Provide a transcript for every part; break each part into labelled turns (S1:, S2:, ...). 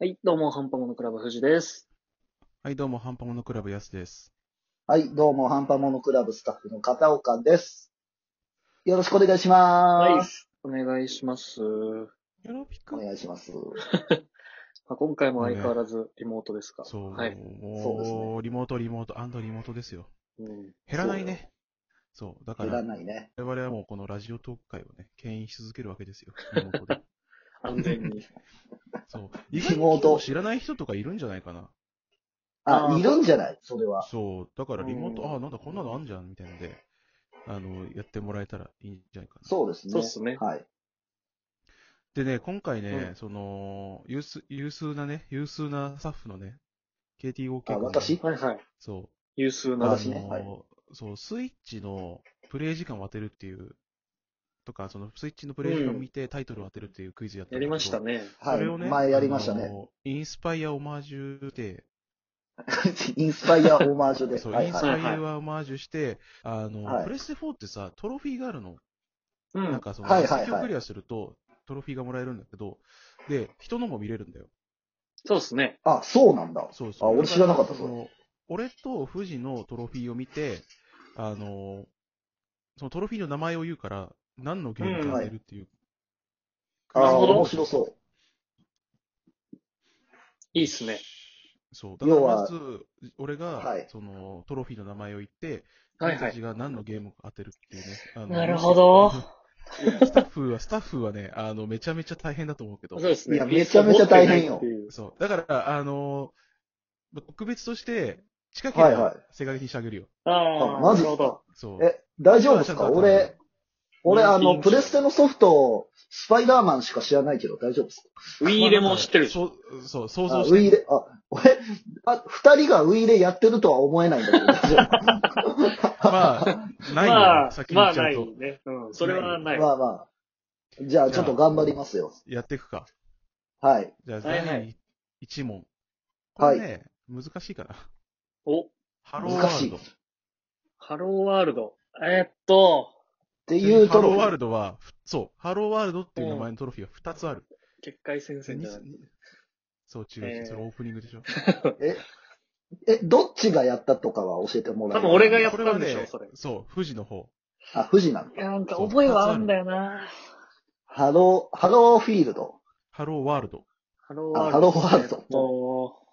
S1: はい、どうも、ハンパモノクラブ藤です。
S2: はい、どうも、ハンパモノクラブやすです。
S3: はい、どうも、ハンパモノクラブスタッフの片岡です。よろしくお願いしま
S1: は
S3: ー
S1: い
S3: す。、
S1: お願いします。
S2: よろぴく
S3: お願いします。
S1: まあ、今回も相変わらずリモートですか。
S2: そう、
S1: はい。
S3: そうです
S2: も
S3: ね
S2: う、リモート、リモート、アンドリモートですよ。
S1: うん、
S2: 減らないね。そう、だか
S3: 減
S2: ら
S3: ら、ないね。
S2: 我々はもうこのラジオトーク会をね、牽引し続けるわけですよ。リモート で。
S1: 安全 に。
S2: そう。
S3: リ
S2: 意
S3: モート
S2: 外と知らない人とかいるんじゃないかな。
S1: あ
S3: あ、
S1: ー
S3: いるんじゃないそれは。
S2: そう、だからリモー
S1: うん
S2: ト、あ、なんだ、こんなのあんじゃん、みたいので、あの、やってもらえたらいいんじゃないかな。
S3: そうですね。
S1: そうっすね
S3: はい。
S2: でね、今回ね、
S1: うん
S2: その、優秀、優秀なね、優秀なスタッフのね、KTOK 君
S3: あ、
S2: ね
S3: 私
S1: はいはい。
S2: そう。
S1: 優秀な。
S3: 私ね
S2: あのー
S3: はい
S2: そう、スイッチのプレイ時間を当てるっていう、とか、そのスイッチのプレイ時間を見てタイトルを当てるっていうクイズやった
S1: や
S2: んだけ
S1: り
S2: ど
S1: ました。ね。
S3: は
S2: そ
S3: い。
S2: れをね、
S3: 前やりました
S2: あ
S3: ね。
S2: のー。インスパイアオマージュで、
S3: インスパイアオマージュで。
S2: そう、
S3: はい
S2: インス
S3: はい。
S2: パイアオマージュして、あのー、
S3: はい
S2: プレステ4ってさ、トロフィーがあるの。
S1: う
S2: なん
S1: ん。
S2: かその、
S3: はいはいはい
S2: 実況クリアすると、トロフィーがもらえるんだけど、で、人のも見れるんだよ。
S1: そうですね。
S3: あ、そうなんだ。
S2: そうそう。
S3: あ俺知らなかった
S2: だら
S3: それ
S2: の俺と富士のトロフィーを見て、あの、そのトロフィーの名前を言うから、何のゲームか当てるっていう。
S3: あ
S1: なる
S3: ー
S1: ほど
S3: 面白そ
S1: いいっすね。
S2: そう。だから
S3: 要は
S2: まず、俺が、
S3: はい
S2: その、トロフィーの名前を言って、
S1: はい
S2: 君
S1: は
S2: たち
S1: い。
S2: が何のゲームか当てるっていうね。あの
S1: なるほど。
S2: スタッフは、スタッフはね、あの、めちゃめちゃ大変だと思うけ
S1: そ
S2: ど
S1: う。ですね。
S3: いやめちゃめちゃ大変よ
S1: 持ってないっていう
S2: そう。だから、あの、特別として、近け
S3: はい
S2: れ
S3: はい
S2: ば、正解にしてあげるよ。
S1: ああ、
S3: あマジ
S1: なるほど。
S2: そう
S3: う。。え、大丈夫ですか
S2: そう
S3: 俺、俺、あ
S1: 人
S3: の、
S1: 気
S3: プレステのソフト、スパイダーマンしか知らないけど、大丈夫です
S1: ウィーレも知ってるでしょ。
S2: そう、そう、想
S3: かあ
S2: 像
S3: ウ
S2: して
S3: ィーレ、あ、俺、あ、二人がウィーレやってるとは思えないんだけど、 大丈夫
S2: まあ、ないよ、
S1: まあ
S2: 先、に
S1: ま
S2: 言っ
S1: あ
S2: ち
S1: な
S2: ゃう
S1: い
S2: と。
S1: ね。うん、それはない。
S3: まあまあ。じゃあ、ちょっと頑張りますよ。
S2: やっていくか。
S3: はい。
S2: じゃあ、
S1: はいはい
S2: 第1問。これね、難しいかな。
S1: お、
S2: ハローワール
S3: 難し
S2: ド。
S3: い
S2: っ
S1: ハローワールド。えーっと、
S3: って
S2: て
S3: いう
S2: ハ
S3: と
S2: ローワー
S3: ロ
S2: ルドは、ふそう、ハローワールドっていう名前のトロフィーが2つある。
S1: 結界戦線
S2: に
S1: じゃない。
S2: そう、違う違
S1: えー
S2: う、それオープニングでしょ。
S3: え、どっちがやったとかは教えてもらえ
S1: 多
S3: る
S1: 分俺がやっ
S2: これ
S1: た
S2: は
S1: んでしょ、
S2: ね
S1: それ。、
S2: そう、富士の方。
S3: あ、富士なん
S1: い
S3: だ。
S1: や、なんか覚えはあるんだよな。
S3: ハロー、ハローフィールド。
S2: ハローワールド。
S1: ハロ
S3: あハローワールド
S1: えっと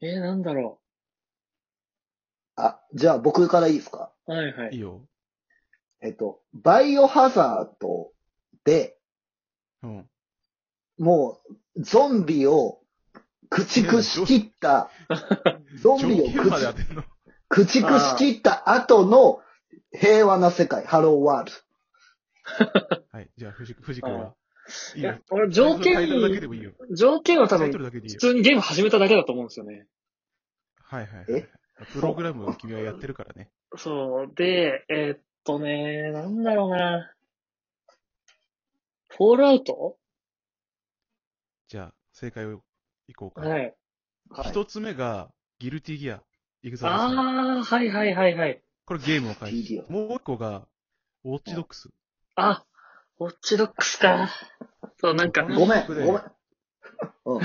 S1: えー、なんだろ
S3: あ、じゃあ僕からいいですか
S1: う。はいはいい。
S2: いよ。
S3: えっと、バイオハザードで、
S2: うん。
S3: もう、ゾンビを駆逐しき った、ゾンビ
S2: 条
S3: を
S2: 件まで
S3: 駆
S2: 当てるの。
S3: 駆逐しきった後の平和な世界、ハローワールド。
S2: はい、じゃあ、富士、富士君は。いい
S1: いや
S2: よ。
S1: 俺条件
S2: タイトルだけでもいいよ。
S1: 条件は多
S2: タイト
S1: 分、
S2: ルだけでいい
S1: 普
S2: よ。
S1: 通にゲーム始めただけだと思うんですよね。
S2: はいはいはい
S3: え。
S2: プログラムを君はやってるからね。
S1: そう。で、えーっとね、なんだろうな。フォールアウト
S2: じゃあ、正解をいこうか。
S1: はい。
S3: はい
S2: 一つ目が、ギルティギア、エグザイルさん
S1: あー、はいはいはいはい。
S2: これゲームを開
S3: ギ
S2: 始
S3: ル。テ
S2: もう一個が、ウォッチドックス。
S1: あ、ウォッチドックスか。そう、なんか、
S3: ごめん、
S2: こ
S3: ご
S2: れ
S3: めん。 うん、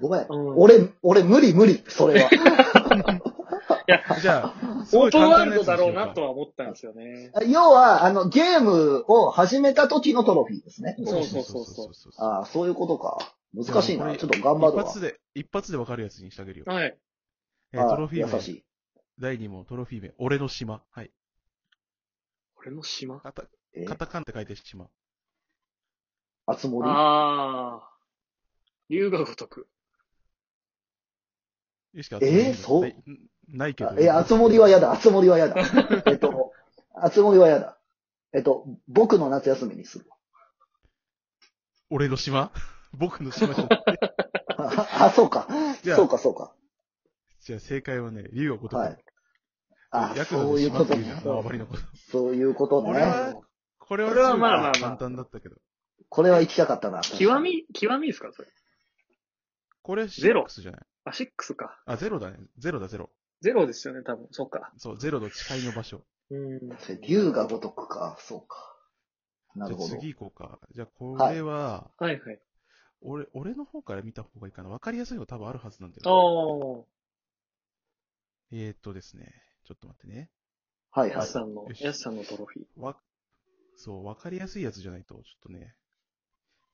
S3: ごめん。
S1: うん
S3: 俺、俺無理無理、それは。
S2: じゃあ、す
S1: オ
S2: ご
S1: ー
S2: い
S1: プン
S2: 簡
S1: ワー
S2: 単
S1: ル
S2: や
S1: ド
S2: つにし
S1: だ
S2: よ
S1: ろ
S2: う
S1: うなと
S2: か。
S1: は思ったんですよね。
S3: 要は、あの、ゲームを始めた時のトロフィーですね。
S1: そうそうそうそう
S2: そう。
S3: ああ、そういうことか。難しい
S2: いや
S3: な。
S2: もうこ
S3: ちょっ
S2: れ
S3: と頑張る
S2: 一
S3: わ
S2: 発。で、一発でわかるやつにしてあげるよ。
S1: はい。
S2: え
S3: あ
S2: ー
S3: あ
S2: トロフィー
S3: 優
S2: 名、
S3: し
S2: 第2問、トロフィー名、俺の島。はい。
S1: 俺の島
S2: カタ
S3: い。え
S2: カタカンって書いて島。
S3: あつ森
S1: ああ。龍が如く。
S2: よしか
S3: えーそう
S2: ないないけど。
S3: え、あつ森は嫌だ。あつ森は 嫌だ。えっと、あつ森は嫌だ。えっと、僕の夏休みにする。
S2: 俺の島 僕の島じゃない
S3: あ、あそうか。
S2: じゃあ
S3: そうか、そうか。
S2: じゃあ正解はね、竜をこと
S3: はい。あ、
S2: ヤクザ
S3: そ
S2: の
S3: ういう
S2: 島
S3: こ
S2: って
S3: と
S2: いう
S3: ね
S2: の。は縄張りのこと。
S3: そういうこと
S2: 俺
S3: ね。
S2: は、これは
S1: これはまあまあまあ
S2: 簡単だったけど。
S3: これは行きたかったな。
S1: 極み、極みですかそれ。
S2: これ、
S1: ゼロ
S2: 6じゃない
S1: あ、シックスか。
S2: あ、ゼロだね。ゼロだ、ゼロ。
S1: ゼロですよね、多分。そうか。
S2: そう、ゼロの誓いの場所。
S1: うん。
S3: 竜が如くか。そうか。なるほ
S2: じ
S3: ど
S2: ゃあ。次行こうか。じゃあ、これは、
S1: はいはい。
S2: 俺、俺の方から見た方がいいかな。わかりやすいの多分あるはずなんだよ。
S1: おー。
S2: えー、っとですね。ちょっと待ってね。
S3: はい
S1: ヤ
S3: はい
S1: ス。さんの
S2: よ、し
S1: ヤスさんのトロフィー。
S2: わ、そう、わかりやすいやつじゃないと、ちょっとね。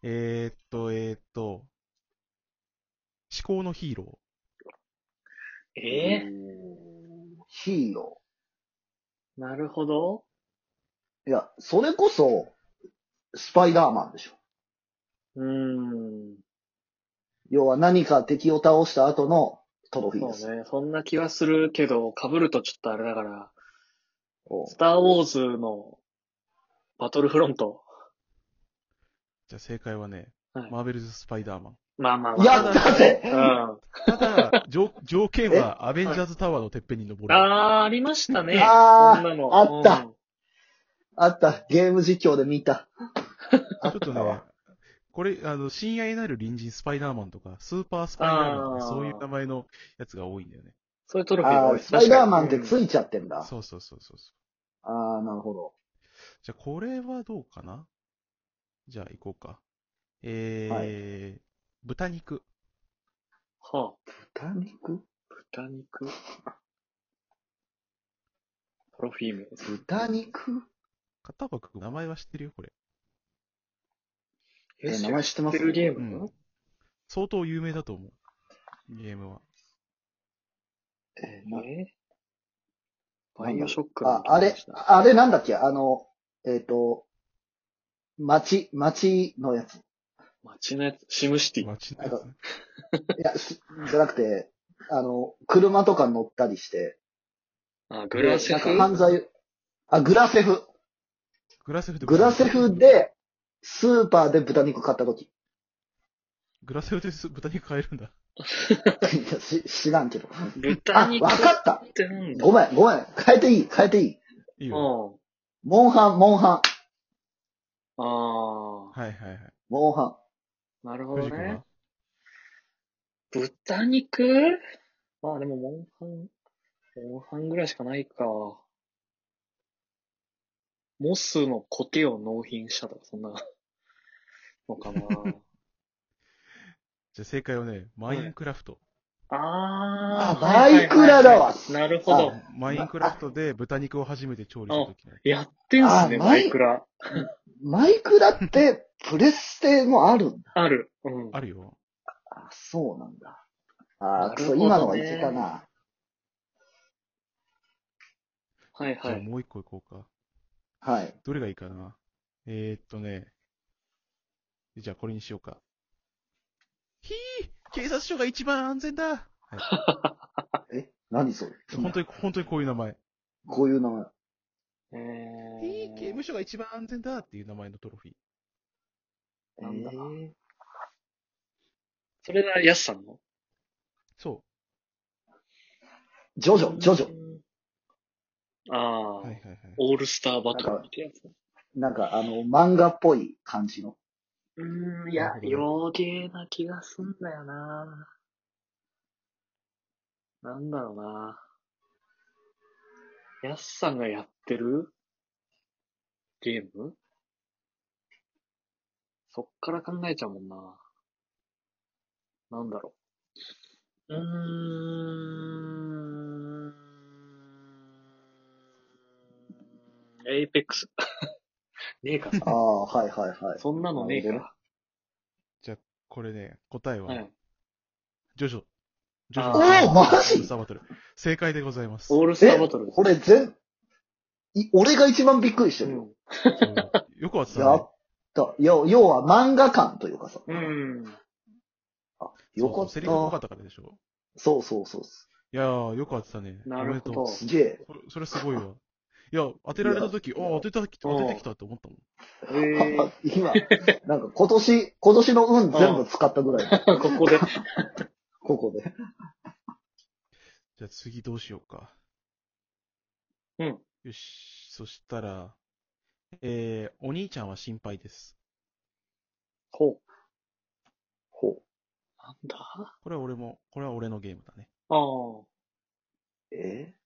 S2: えー、っと、えー、っと、思考のヒーロ
S1: ええ
S3: ヒーロ
S1: なるほど。
S3: ー。いや、それこそ、スパイダーマンでしょ。
S1: うーん。
S3: 要は何か敵を倒した後のトロフィーです。
S1: そうね。そんな気はするけど、被るとちょっとあれだから、
S3: お
S1: スターウォーズのバトルフロント。
S2: ー。じゃあ正解はね、
S1: はい
S2: マーベルズ・スパイダーマン。
S1: まあまあまあ。
S3: やったぜ
S1: うん。あ
S2: ただ、条条件はアベンジャーズタワーのてっぺんに登る。
S1: あー、ありましたね。
S3: あー
S1: そんなの
S3: あった
S1: うん
S3: あった。ゲーム実況で見た。
S2: ちょっとね、これ、あの、親愛なる隣人スパイダーマンとか、スーパースパイダーマンと
S1: あ
S2: か、
S1: ー
S2: そういう名前のやつが多いんだよね。
S1: そういうトロフィーが
S3: あ
S1: 多
S3: あ、
S1: い
S3: スパイダーマンってつ
S1: 確かに
S3: いちゃってんだ。
S2: そうそうそうそうそう。
S3: ああ、なるほど。
S2: じゃあ、これはどうかなじゃあ、行こうか。えー、豚肉。
S1: うんはあ、
S3: 豚肉
S1: 豚肉。トロフィー名です。
S3: 豚肉
S2: 片場くん、名前は知ってるよ、これ。
S3: え、名前知って
S1: 知っ
S3: ま
S1: て
S3: す
S1: るゲー
S2: う
S1: ム、
S2: ん。相当有名だと思う。ゲームは。
S3: えーな
S1: え
S3: な
S1: バイオショックの
S3: あ、あれ、あれなんだっけあの、えっ、と、町、町のやつ。い
S1: 街のやつ、シムシティ。
S2: 街のやつね。
S3: や、すじゃなくて、あの、車とか乗ったりして。
S1: あ、グラセフ
S3: なんか犯罪、あ、グラセフ。
S2: グラセフで
S3: グラセフ。で、スーパーで豚肉買った時。
S2: グラセフです豚肉買えるんだ。
S3: いや、し、知らんけど。
S1: 豚
S3: あ、
S1: 肉
S3: わかった
S1: ってなんだ
S3: ごめん、ごめん。変えていい、変えていい。
S2: いいうよ。
S1: ん。
S3: モンハン、モンハン、
S1: あ
S2: はいはいはい。
S3: モンハン。
S1: あ、なるほど
S2: 藤君
S1: ね
S2: は。
S1: 豚肉まあでも、モンハン、モンハンぐらいしかないか。モスのコテを納品したとか、そんな のかな。
S2: じゃあ正解はね、マインクラフト。
S1: あー。
S3: あマイクラだわ
S1: なるほど。
S2: マインクラフトで豚肉を初めて調理した時の。
S1: やってんすね、
S3: あ
S1: マイクラ。
S3: マイクラって、プレステもあるんだ。
S1: ある。うん。
S2: あるよ。
S3: あ、そうなんだ。あ
S1: なる
S3: ー、く
S1: ほど
S3: そ、
S1: ね
S3: 今のはいけたな。
S1: はい
S2: じ
S1: は
S2: ゃあ
S1: い。
S2: もう一個いこうか。
S3: はい。
S2: どれがいいかな。えー、っとね。じゃあこれにしようか。ひー警察署が一番安全だ、は
S3: え、何それ
S2: い、本当に、本当にこういう名前。
S3: こういう名前。
S1: え
S2: ひー刑務
S1: ー、
S2: 所が一番安全だっていう名前のトロフィー。
S1: なんだ
S3: えー
S1: それがヤスさんの
S2: そ
S3: ジョジョ、ジョジョ。
S1: ああ、
S2: う。はいはいはい。
S1: オールスターバトルみたいなやつ。
S3: なんか、あの、漫画っぽい感じの。
S1: うーん、いや
S2: な、る
S1: 洋芸な気がすんだよな。なんだろうな。ヤスさんがやってるゲームそっから考えちゃうもんな。なんだろう。うーん。エイペックス。 ねえか、
S3: ああ、はいはいはい。
S1: そんなのねえ
S3: なる
S1: か。
S2: これね、答えは、
S1: はい。
S2: ジョジョ。ジ
S1: あー
S2: ョジョ。
S3: おーマジ
S2: オールスターバトル。正解でございます。
S1: オールスターバトルです。
S3: これ全、い俺が一番びっくりして
S1: う
S3: る
S1: ん
S3: よ。。
S2: よく当てた
S3: や
S2: ね
S3: った。要要は漫画感というかさ。
S1: うん。
S3: あ、
S2: そう
S3: よかっ。
S2: セリフが多かったたからでしょ。
S3: そうそうそう。
S2: いやー、よく当てたね。
S1: なるほど
S2: おめでとう
S3: すげえ。
S2: それ、それすごいわ。いや、当てられた時、あ
S3: いや
S2: 当てた、当ててきたって思ったもん。
S1: えー、
S3: 今、なんか今年、今年の運全部使ったぐら い、
S1: ここで。
S3: ここで。
S2: じゃあ次どうしようか。
S1: うん。
S2: よし、そしたら、えー、お兄ちゃんは心配です。
S1: ほう。
S3: ほ
S1: なんだあ
S2: これは俺も、これは俺のゲームだね。
S1: あ。お
S3: う。え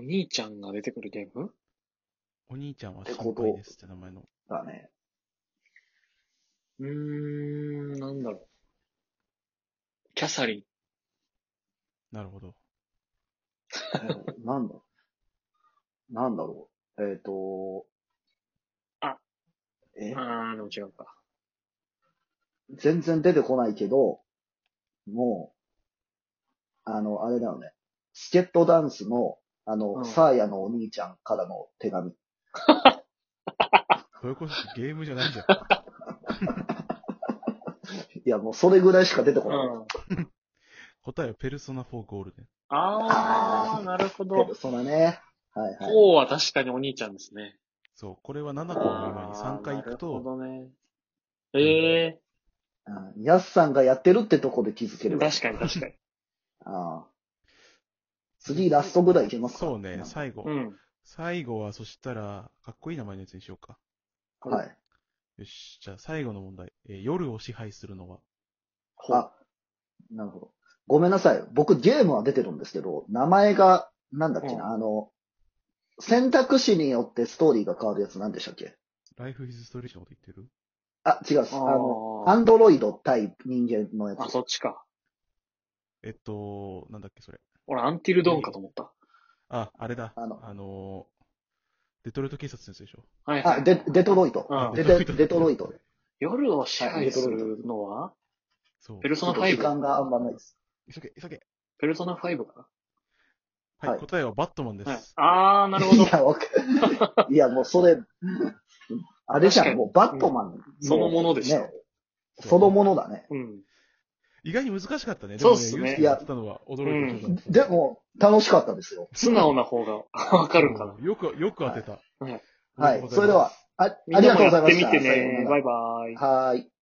S1: 兄ちゃんが出てくるゲーム
S2: お兄ちゃんは
S3: って
S2: 心
S3: こと
S2: 配ですって名前の。
S3: だね。
S1: うーん、なんだろう。キャサリン。
S2: なるほど。
S3: なんだなんだろう。えっ、と、
S1: あ、
S3: え
S1: あー、でも違うか。
S3: 全然出てこないけど、もう、あの、あれだよね。スケットダンスの、あの、
S1: うん
S3: サーヤのお兄ちゃんからの手紙。
S2: それこそゲームじゃな いじゃん。
S3: いや、もうそれぐらいしか出て
S1: う
S3: こない。
S1: ん。
S2: 答えはペルソナ4ゴールデン。
S1: あー、なるほ
S3: ペ
S1: ど
S3: ル。ソナね。はいはい。
S1: こうは確かにお兄ちゃんですね。
S2: そう、これは7個の今に
S1: あ
S2: 3
S1: ー
S2: 回行く
S1: なる
S2: と、
S1: ほどね。ええ
S3: うんヤスさんがやってるってとこで気づける
S1: ー、
S3: わ
S1: 確かに確かに。
S3: ああ次ラストぐらいいけますか
S2: そうね、最後
S1: う。ん。
S2: 最後は、そしたら、かっこいい名前のやつにしようか。
S3: は。い。
S2: よし、じゃあ最後の問題。えー夜を支配するのは、
S3: あ、なるほど。ごめんなさい。僕ゲームは出てるんですけど、名前が、なんだっけな、
S1: う
S3: あの、選択肢によってストーリーが変わるやつなんでしたっけ
S2: ライフイズストレージのこと言ってる
S3: あ、違うっす。
S1: あ
S3: あ
S1: ー
S3: の、アンドロイド対人間のや
S1: あ、
S3: つ。
S1: そっちか。
S2: えっと、なんだっけ、それ。
S1: 俺、アンティルドーンかと思った。
S2: あ、あれだ。
S3: あ
S2: あ
S3: の
S2: の、ーデトロイト警察のやつでしょ。
S1: はい、は
S3: あ、
S1: い。
S3: デ、デトロイト。
S1: うん
S3: デトデトロイト。
S1: 夜を支配するのは、
S2: そう。
S1: ペル
S3: ち
S1: ソナ
S3: ょっと時
S1: 5。
S3: 間があんまないです。
S2: 急げ、急げ。
S1: ペルソナ5か
S2: はい、
S3: はい
S2: 答えはバットマンです。
S1: な。はい。あー、なるほど
S3: い。や、わかいや、もうそれ、あれじゃ
S1: 確かに
S3: ん、もうバットマン。
S1: そのものでした
S3: ね。そのものだね。
S1: うん。
S2: 意外に難しかったね。
S1: そうっすね
S2: でもユースケがやってたのは驚いたことだった
S3: でも、楽しかったですよ。
S1: 素直な方がわかるんかな。
S2: よく、よく当てた。
S1: はい
S3: はい。それでは、ああ
S1: みん
S3: り
S1: な
S3: が
S1: も
S3: とうござい
S1: やっ
S3: ま
S1: てみ
S3: した。
S1: て
S3: さよう
S1: ね。
S3: なら
S1: バイバイ。
S3: はーい。